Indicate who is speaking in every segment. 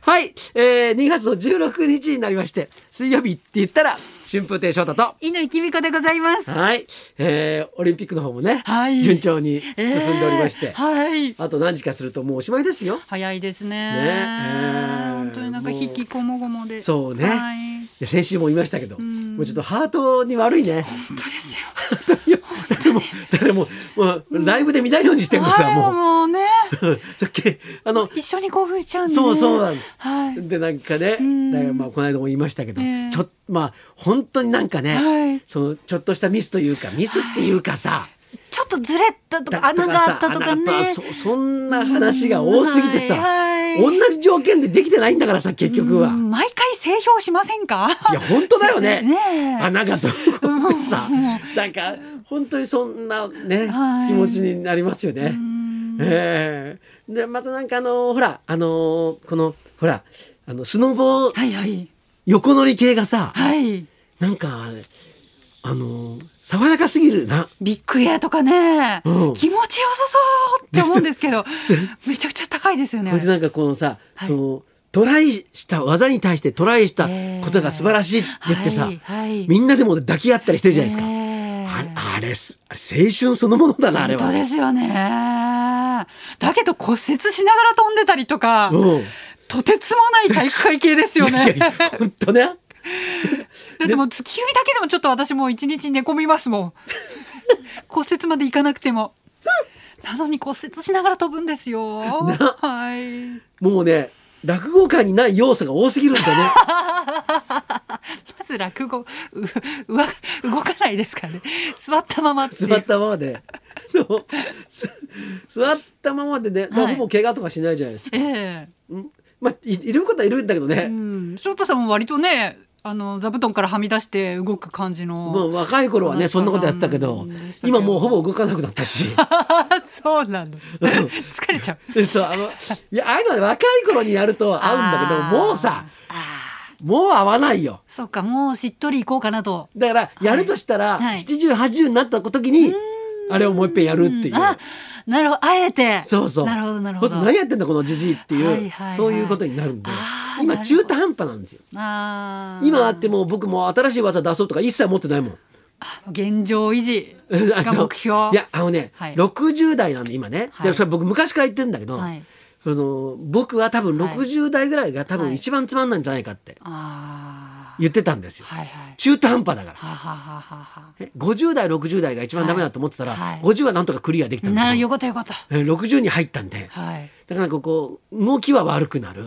Speaker 1: はい、えー、2月の16日になりまして、水曜日って言ったら、春風亭昇太と、
Speaker 2: 犬きみこでございます。
Speaker 1: はい、えー、オリンピックの方もね、
Speaker 2: はい
Speaker 1: 順調に進んでおりまして、
Speaker 2: えーはい。
Speaker 1: あと何時かするともうおしまいですよ。
Speaker 2: 早いですね。
Speaker 1: ねえー
Speaker 2: 本当になんか引きこもごもで。
Speaker 1: そうね
Speaker 2: はい。
Speaker 1: いや先週も言いましたけど、
Speaker 2: ん
Speaker 1: もうちょっとハートに悪い ね。
Speaker 2: 本当ですよ。
Speaker 1: 誰も、誰も、もうライブで見ないようにしてるのさ、
Speaker 2: はい
Speaker 1: もう。
Speaker 2: もうね、
Speaker 1: そっけ、あの、
Speaker 2: 一緒に興奮しちゃうんでね。
Speaker 1: そうそうなんです。
Speaker 2: はい。
Speaker 1: でなんかね、
Speaker 2: ん
Speaker 1: だからまあこの間も言いましたけど、
Speaker 2: ええ
Speaker 1: ちょまあ本当になんかね、
Speaker 2: はい
Speaker 1: そのちょっとしたミスというかミスっていうかさ、
Speaker 2: ちょっとずれたとか
Speaker 1: だ
Speaker 2: 穴があったと
Speaker 1: だ
Speaker 2: からね
Speaker 1: さ。穴があったそそんな話が多すぎてさ、
Speaker 2: うんはいはい
Speaker 1: 同じ条件でできてないんだからさ結局は。
Speaker 2: うん毎回整氷しませんか。
Speaker 1: いや本当だよね。
Speaker 2: ねえ
Speaker 1: 穴がどこってさ、なんか本当にそんなね、
Speaker 2: は
Speaker 1: 気
Speaker 2: い
Speaker 1: 持ちになりますよね。ええでまたなんかあのほらあのこのほらあのスノボ
Speaker 2: はいはい
Speaker 1: 横乗り系がさ、
Speaker 2: はい。
Speaker 1: なんかあの爽やかすぎるな。
Speaker 2: ビッグエアとかね、
Speaker 1: うん
Speaker 2: 気持ちよさそうって思うんですけど、めちゃくちゃ高いですよね。
Speaker 1: それでなんかこのさ、
Speaker 2: はい
Speaker 1: そのトライした技に対してトライしたことが素晴らしいって言ってさ、
Speaker 2: えーはいはい
Speaker 1: みんなでも抱き合ったりしてるじゃないですか。
Speaker 2: えー
Speaker 1: ああれすあれ青春そのものだなあれ
Speaker 2: 本
Speaker 1: は。
Speaker 2: 当ですよね。だけど骨折しながら飛んでたりとか、
Speaker 1: うん
Speaker 2: とてつもない体育会系ですよね。
Speaker 1: いやいや本当ね。
Speaker 2: だってもう月指だけでもちょっと私もう一日寝込みます もん。骨折までいかなくても。なのに骨折しながら飛ぶんですよ。はい。
Speaker 1: もうね落語界にない要素が多すぎるんだ ね。
Speaker 2: まず落語、う、うわ、動かないですからね。座ったままっていう。
Speaker 1: 座ったままで。のす座ったままでね、まあ
Speaker 2: はい
Speaker 1: ほぼ怪我とかしないじゃないですか。
Speaker 2: ええ
Speaker 1: うんまあいいることはいるんだけどね。
Speaker 2: うん、翔太さんも割とねあの座布団からはみ出して動く感じの、
Speaker 1: まあ、若い頃はね
Speaker 2: 話し家
Speaker 1: そんなことやってたけど
Speaker 2: さんでしたけど
Speaker 1: 今もうほぼ動かなくなったし
Speaker 2: そうなの 疲れちゃう
Speaker 1: でそうあのいやああいうのはね若い頃にやると合うんだけど
Speaker 2: あー
Speaker 1: もうさ
Speaker 2: あー
Speaker 1: もう合わないよ
Speaker 2: そうかもうしっとりいこうかなと
Speaker 1: だからやるとしたら、
Speaker 2: はい
Speaker 1: 7080になった時にあれをもう一遍やるっていう。
Speaker 2: あなるほどあえて
Speaker 1: そうそう。
Speaker 2: なるほどなるほ
Speaker 1: そう
Speaker 2: ど
Speaker 1: すると何やってんだこのじじいっていう、
Speaker 2: はいはいはい
Speaker 1: そういうことになるんで
Speaker 2: あ。ー
Speaker 1: 今
Speaker 2: なるほ
Speaker 1: 中
Speaker 2: ど
Speaker 1: 途半端なんですよ。
Speaker 2: あー
Speaker 1: 今あってもう僕もう新しい技出そうとか一切持ってないもん。
Speaker 2: あ現状維持
Speaker 1: あそ
Speaker 2: が
Speaker 1: う
Speaker 2: 目標
Speaker 1: いやあのね、
Speaker 2: はい
Speaker 1: 60代なんで今ね、
Speaker 2: はい
Speaker 1: でそれ僕昔から言ってるんだけど、
Speaker 2: はい
Speaker 1: その僕は多分
Speaker 2: はい
Speaker 1: 60代ぐらいが多
Speaker 2: は
Speaker 1: 分
Speaker 2: い
Speaker 1: 一番つまんないんじゃないかって
Speaker 2: あー
Speaker 1: 言ってたんですよ、
Speaker 2: はいはい
Speaker 1: 中途半端だから
Speaker 2: ははははは
Speaker 1: え50代60代が一番ダメだと思ってたら、
Speaker 2: はいはい
Speaker 1: 50はなんとかクリアできたんだ
Speaker 2: なる
Speaker 1: け
Speaker 2: よ
Speaker 1: ど
Speaker 2: かったよかった
Speaker 1: え60に入ったんで
Speaker 2: はい
Speaker 1: だからここう動きは悪くなる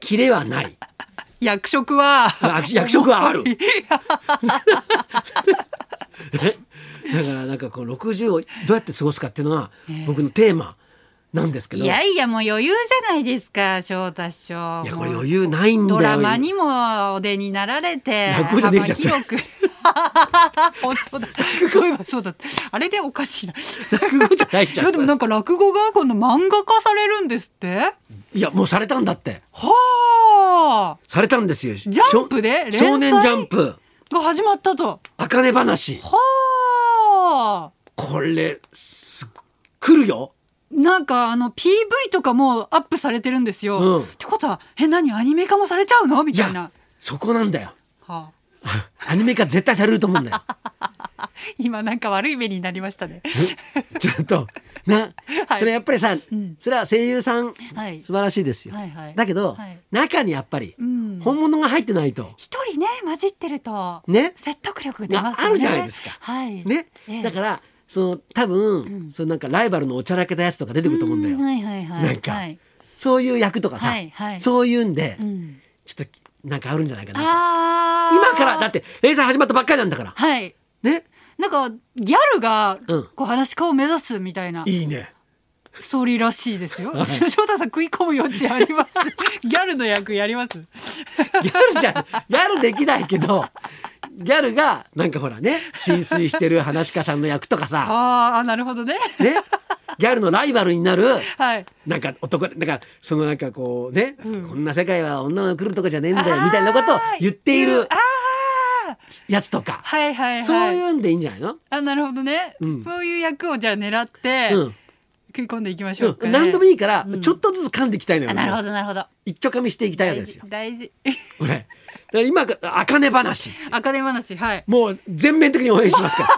Speaker 1: キレはない
Speaker 2: 役職は
Speaker 1: あ役職はある えだからなんかこの60をどうやって過ごすかっていうのは僕のテーマなんですけど、
Speaker 2: いやいやもう余裕じゃないですか翔太師匠
Speaker 1: いやこ
Speaker 2: も
Speaker 1: れ
Speaker 2: う
Speaker 1: 余裕ないんだよ
Speaker 2: ドラマにもお出になられて
Speaker 1: 落語じゃねえじゃん
Speaker 2: 幅広く 本当だそういえばそうだったあれでおかしいな
Speaker 1: 落語じゃないじゃん
Speaker 2: いやでもなんか落語が今度漫画化されるんですって
Speaker 1: いやもうされたんだって
Speaker 2: はあ
Speaker 1: されたんですよジ
Speaker 2: ャンプで連載
Speaker 1: 少年ジャンプ
Speaker 2: が始まったと
Speaker 1: 茜話
Speaker 2: はあ
Speaker 1: これす来るよ
Speaker 2: なんかあの PV とかもアップされてるんですよ、
Speaker 1: うん
Speaker 2: ってことはえ何アニメ化もされちゃうのみ
Speaker 1: い
Speaker 2: たいな
Speaker 1: やそこなんだよ
Speaker 2: はあ
Speaker 1: あアニメ化絶対されると思 うんだよ
Speaker 2: 今なんか悪い目になりましたね。
Speaker 1: ちょっとな、
Speaker 2: はい
Speaker 1: それやっぱりさ、
Speaker 2: ん
Speaker 1: それは声優さん、
Speaker 2: はい
Speaker 1: 素晴らしいですよ、
Speaker 2: はいはい
Speaker 1: だけど、
Speaker 2: はい
Speaker 1: 中にやっぱり
Speaker 2: うん
Speaker 1: 本物が入ってないと、
Speaker 2: 一人ね混じってると
Speaker 1: ね
Speaker 2: 説得力出ますよ
Speaker 1: あ
Speaker 2: ね。
Speaker 1: あるじゃないですか
Speaker 2: はい。
Speaker 1: ね、だかららその多分、
Speaker 2: うん
Speaker 1: そのなんかライバルのおちゃらけたやつとか出てくると思うんだよ、
Speaker 2: はいはいはい。
Speaker 1: なんか
Speaker 2: はい
Speaker 1: そういう役とかさ、
Speaker 2: はいはい
Speaker 1: そういうんで、
Speaker 2: うん、
Speaker 1: ちょっとなんかあるんじゃないかな
Speaker 2: ああ
Speaker 1: 今からだって連載始まったばっかりなんだから
Speaker 2: はい。
Speaker 1: ね
Speaker 2: なんかギャルが
Speaker 1: うん
Speaker 2: こう話し家を目指すみたいない
Speaker 1: いね
Speaker 2: ストーリーらしいですよ。
Speaker 1: はい
Speaker 2: 翔太さん食い込む余地あ ります。ギャルの役やります。
Speaker 1: ギャルじゃんギャルできないけどギャルがなんかほらね浸水してる話し家さんの役とか さ、
Speaker 2: あーあなるほどね。
Speaker 1: ね、ギャルのライバルになる
Speaker 2: はい。
Speaker 1: なんか男だからそのなんかこうね、
Speaker 2: うん
Speaker 1: こんな世界は女の来るとこじゃねえんだよみたいなことを言っている
Speaker 2: ああ
Speaker 1: やつとか、
Speaker 2: はいはいはい。
Speaker 1: そういうんでいいんじゃないの、
Speaker 2: あなるほどね、
Speaker 1: うん
Speaker 2: そういう役をじゃあ狙って、
Speaker 1: うん
Speaker 2: 食い込んでいきまし
Speaker 1: そ
Speaker 2: ょう
Speaker 1: う
Speaker 2: かね、
Speaker 1: 何でもいいから
Speaker 2: うん
Speaker 1: ちょっとずつ噛んでいきたいのよ、
Speaker 2: あなるほどなるほど
Speaker 1: 一丁噛みしていきたいわけですよ
Speaker 2: 大事
Speaker 1: これだから今からあかね話
Speaker 2: あかね話はい
Speaker 1: もう全面的に応援しますから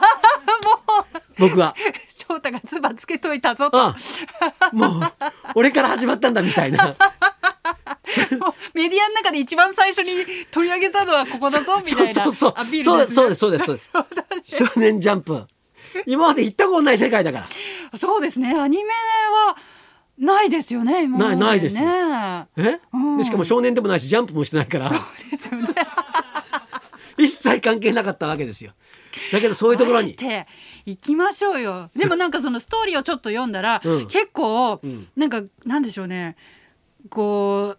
Speaker 1: 僕は
Speaker 2: 翔太が唾つけといたぞと
Speaker 1: あもう俺から始まったんだみたいな
Speaker 2: もう メディアの中で一番最初に取り上げたのはここ だ ぞみ
Speaker 1: そう
Speaker 2: たいな
Speaker 1: そうそう
Speaker 2: アピールですね
Speaker 1: そうですそうですそうですそうです 少年ジャンプ今まで行ったことない世界だから
Speaker 2: そうですねアニメはないですよね今ま
Speaker 1: ないないですよ
Speaker 2: ね
Speaker 1: え、
Speaker 2: うん
Speaker 1: でしかも少年でもないしジャンプもしてないから
Speaker 2: ですよね
Speaker 1: 一切関係なかったわけですよだけどそういうところに
Speaker 2: あえて行きましょうよでもなんかそのストーリーをちょっと読んだら、
Speaker 1: うん
Speaker 2: 結構
Speaker 1: ん
Speaker 2: なんかなんでしょうねこう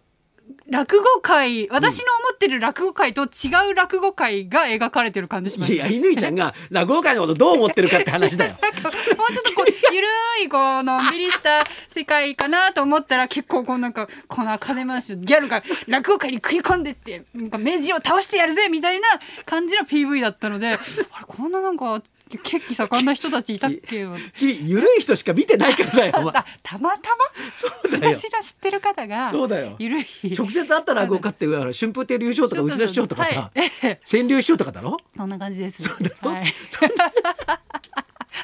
Speaker 2: 落語界私の思ってる落語界と違う落語界が描かれてる感じしま
Speaker 1: い
Speaker 2: した。
Speaker 1: や乾ちゃんが落語界のことどう思ってるかって話 だよ
Speaker 2: もうちょっとこうゆるいこうのんびりした世界かなと思ったら結構こうなんかこの金回しのギャルが落語界に食い込んでってなんか名人を倒してやるぜみたいな感じの PV だったのであれこんななんか血気盛んな人たちいたっけ
Speaker 1: 君ゆるい人しか見てないからだよお 前
Speaker 2: あたまた
Speaker 1: そう
Speaker 2: ま
Speaker 1: だよ
Speaker 2: 私ら知ってる方が
Speaker 1: そうだよ
Speaker 2: ゆるい
Speaker 1: 直接会った落語家って春風亭流昇とか内田師匠とかさ
Speaker 2: はいええ
Speaker 1: 川柳師匠とかだろ
Speaker 2: そんな感じですはい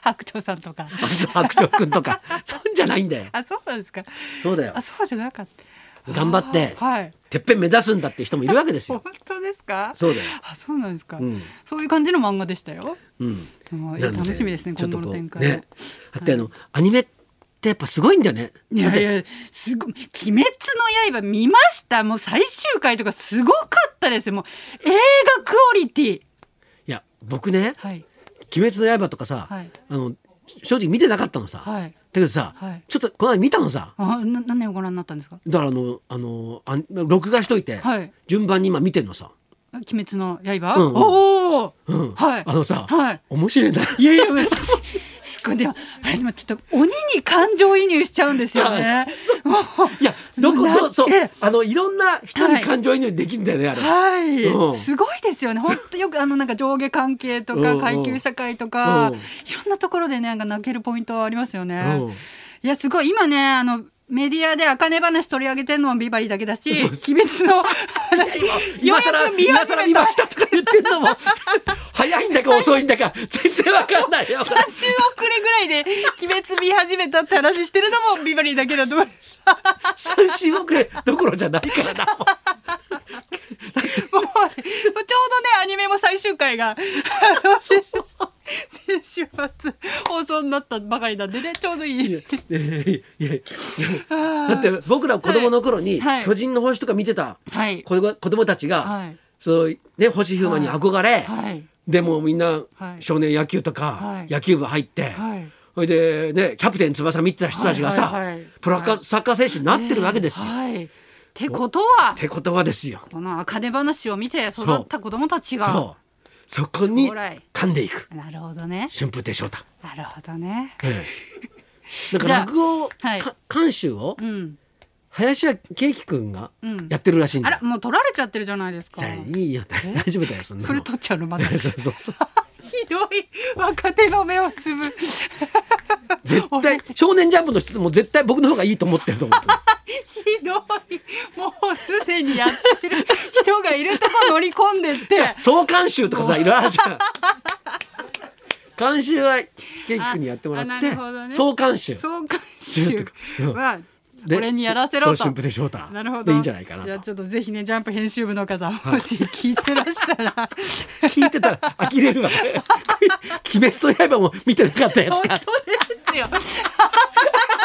Speaker 2: 白鳥さんとか
Speaker 1: あそう白鳥くんと かそんじゃないんだよ
Speaker 2: あそうなんですか
Speaker 1: そうだよ
Speaker 2: あそうじゃなかった
Speaker 1: 頑張って
Speaker 2: あーはい
Speaker 1: てっぺん目指すんだって人もいるわけです
Speaker 2: 本
Speaker 1: よ
Speaker 2: 当ですか。
Speaker 1: そうだよ
Speaker 2: あ、そうなんですか。
Speaker 1: うん
Speaker 2: そういう感じの漫画でしたよ。
Speaker 1: うん
Speaker 2: うん
Speaker 1: なの
Speaker 2: 楽しみですね。
Speaker 1: ちょっと
Speaker 2: 今後
Speaker 1: こ
Speaker 2: の
Speaker 1: う
Speaker 2: 展開を。
Speaker 1: ねだってあのアニメってやっぱすごいんだよね
Speaker 2: い
Speaker 1: だっ
Speaker 2: やい
Speaker 1: て
Speaker 2: や、すごい、鬼滅の刃見ました。もう最終回とかすごかったですよ。もう映画クオリティ。
Speaker 1: いや僕ね
Speaker 2: はい。
Speaker 1: 「鬼滅の刃」とかさ、
Speaker 2: はい
Speaker 1: あの正直見てなかったのさ、
Speaker 2: はい
Speaker 1: だけどさ、
Speaker 2: はい
Speaker 1: ちょっとこの前見たのさ
Speaker 2: あ、な、何年ご覧になったんですか。
Speaker 1: だからあのあのあ録画しといて、
Speaker 2: はい
Speaker 1: 順番に今見てんのさ、
Speaker 2: あ鬼滅の刃。
Speaker 1: うんうん
Speaker 2: おお、
Speaker 1: うん
Speaker 2: はい。
Speaker 1: あのさ、
Speaker 2: はい。
Speaker 1: 面白いんだ
Speaker 2: いやいや、もうすすごい、でも、あれでも、ちょっと鬼に感情移入しちゃうんですよね。もう
Speaker 1: いやどこ
Speaker 2: な
Speaker 1: どそう
Speaker 2: ええ
Speaker 1: あのいろんな人
Speaker 2: は
Speaker 1: に
Speaker 2: い
Speaker 1: 感情移入できるんだよね、あれ。
Speaker 2: はい、
Speaker 1: うん
Speaker 2: すごいですよね。本当よくあのなんか上下関係と
Speaker 1: うんう
Speaker 2: か
Speaker 1: ん
Speaker 2: 階級社会とか、
Speaker 1: うん
Speaker 2: いろんなところでねなんか泣けるポイントはありますよね。
Speaker 1: うん
Speaker 2: いやすごい今ねあのメディアで茜話取り上げてるのもビバリーだけだし、
Speaker 1: そう
Speaker 2: 鬼滅の話よう
Speaker 1: 今更
Speaker 2: やく見
Speaker 1: 今
Speaker 2: 始
Speaker 1: 更
Speaker 2: め
Speaker 1: 見
Speaker 2: た
Speaker 1: ま。したとか言ってんのも早いんだか遅いんだか全然わかんない よ。
Speaker 2: 3週遅れぐらいで鬼滅見始めたって話してるのもビバリーだけだと思う。
Speaker 1: 三振遅れどころじゃないからな。
Speaker 2: もうちょうどねアニメも最終回があの先週末放送になったばかりなんでねちょうどいい。
Speaker 1: いやいやいや
Speaker 2: あ
Speaker 1: だって僕ら子供の頃に
Speaker 2: はいはい
Speaker 1: 「巨人の星」とか見てた
Speaker 2: はい
Speaker 1: 子供子供たち
Speaker 2: は
Speaker 1: が
Speaker 2: い
Speaker 1: そうね星ヒューマンに憧れ
Speaker 2: はい
Speaker 1: でもうみんな
Speaker 2: はい
Speaker 1: 少年野球と
Speaker 2: は
Speaker 1: か
Speaker 2: い
Speaker 1: 野球部入って
Speaker 2: はい
Speaker 1: それでねキャプテン翼見てた人たちがさ
Speaker 2: はいはいはい
Speaker 1: プロサッカー選手になってるわけですよ。
Speaker 2: はい。ってことは
Speaker 1: ってことはですよ。
Speaker 2: この茜話を見て育った子供たちが
Speaker 1: そうそこに
Speaker 2: 将来
Speaker 1: 噛んでいく
Speaker 2: なるほどね
Speaker 1: 春風亭昇太。
Speaker 2: なるほどね。
Speaker 1: ええなん
Speaker 2: じ
Speaker 1: か
Speaker 2: ゃあ
Speaker 1: 落語
Speaker 2: はい
Speaker 1: か監修を
Speaker 2: うん。
Speaker 1: 林家圭樹くんが
Speaker 2: うん
Speaker 1: やってるらしいん
Speaker 2: あ
Speaker 1: だ
Speaker 2: ら
Speaker 1: よ。
Speaker 2: もう取られちゃってるじゃないですか
Speaker 1: じゃ。あいいよ大丈夫だよそんなの。
Speaker 2: それ取っちゃうのまだ。ひ
Speaker 1: そうそう そう。
Speaker 2: どい若手の目をつむ。
Speaker 1: 絶対少年ジャンプの人でも絶対僕の方がいいと思ってる と思う。
Speaker 2: ひどいもうすでにやってる人がいるとこ乗り込んでって
Speaker 1: 総監修とかさいろいろあるじ ゃん。監修はケイ君にやってもらっ
Speaker 2: ああな
Speaker 1: て
Speaker 2: るほど、ね
Speaker 1: 総監修。
Speaker 2: 総監修は
Speaker 1: で
Speaker 2: 俺にやらせろ
Speaker 1: そう
Speaker 2: と
Speaker 1: 春。風亭昇太。
Speaker 2: なるほど。
Speaker 1: でいいんじゃないかな
Speaker 2: じゃあ
Speaker 1: と。
Speaker 2: ちょっとぜひねジャンプ編集部の方もし聞いてらした ら
Speaker 1: 聞いてたら呆れる わ。鬼滅の刃も見てなかったや
Speaker 2: 本
Speaker 1: つ
Speaker 2: 当
Speaker 1: か。
Speaker 2: ですよ。何
Speaker 1: 何言
Speaker 2: 言ってんだ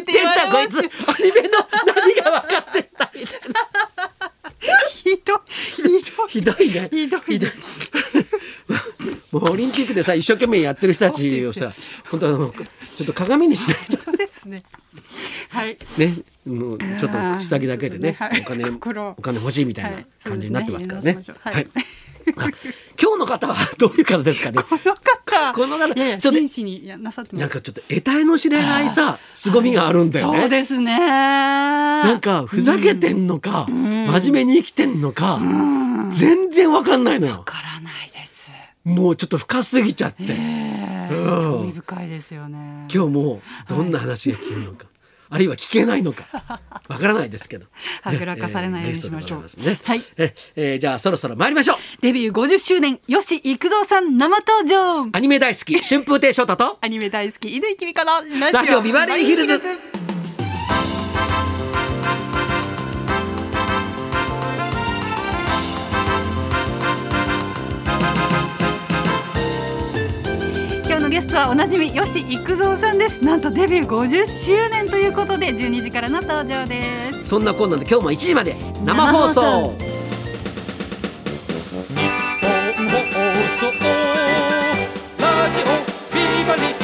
Speaker 2: っ
Speaker 1: ってて
Speaker 2: 言
Speaker 1: ん
Speaker 2: われ
Speaker 1: だこい
Speaker 2: ま
Speaker 1: つ
Speaker 2: す
Speaker 1: アニメの何が分かってんだみたいな
Speaker 2: ひどいひどい
Speaker 1: ひどいね
Speaker 2: ひどいです
Speaker 1: もうオリンピックでさ一生懸命やってる人たちを さ本当あのちょっと鏡にしないと
Speaker 2: 本当ですね。はい。
Speaker 1: ねもうちょっと口先だけでね
Speaker 2: あーちょ
Speaker 1: お
Speaker 2: っと
Speaker 1: 金
Speaker 2: ねはい心を
Speaker 1: お金欲しいみたい
Speaker 2: は
Speaker 1: ない感じになってますからね,、
Speaker 2: そうですねはい
Speaker 1: はいあ今日の方はどういう方ですかね
Speaker 2: この方
Speaker 1: この方
Speaker 2: いやいや
Speaker 1: ちょっと
Speaker 2: 真摯にいやなさってます
Speaker 1: なんかちょっと得体の知れないさ凄みがあるんだよね、
Speaker 2: そうです ね。
Speaker 1: なんかふざけてんのか、真面目に生きてんのか、全然わかんないのよ
Speaker 2: わからないです。
Speaker 1: もうちょっと深すぎちゃって、
Speaker 2: ええ
Speaker 1: うん
Speaker 2: 興味深いですよね。
Speaker 1: 今日もうどんな話が聞けるのか、あるいは聞けないのかわからないですけど
Speaker 2: はぐらかされないようにしましょ
Speaker 1: えー
Speaker 2: う
Speaker 1: ゲストでございますね
Speaker 2: はい
Speaker 1: ええーじゃあそろそろ参りましょう
Speaker 2: デビュー50周年、吉幾三さん生登場。
Speaker 1: アニメ大好 き春風亭昇太と
Speaker 2: アニメ大好き、乾きみからラ
Speaker 1: ラジオビバリーヒルズ
Speaker 2: 今日のゲストはおなじみ吉幾三さんですなんとデビュー50周年ということで12時からの登場です
Speaker 1: そんなこんなんで今日も1時まで生放
Speaker 2: 生
Speaker 1: 送
Speaker 2: 放
Speaker 3: 日本放送ラジオビバリー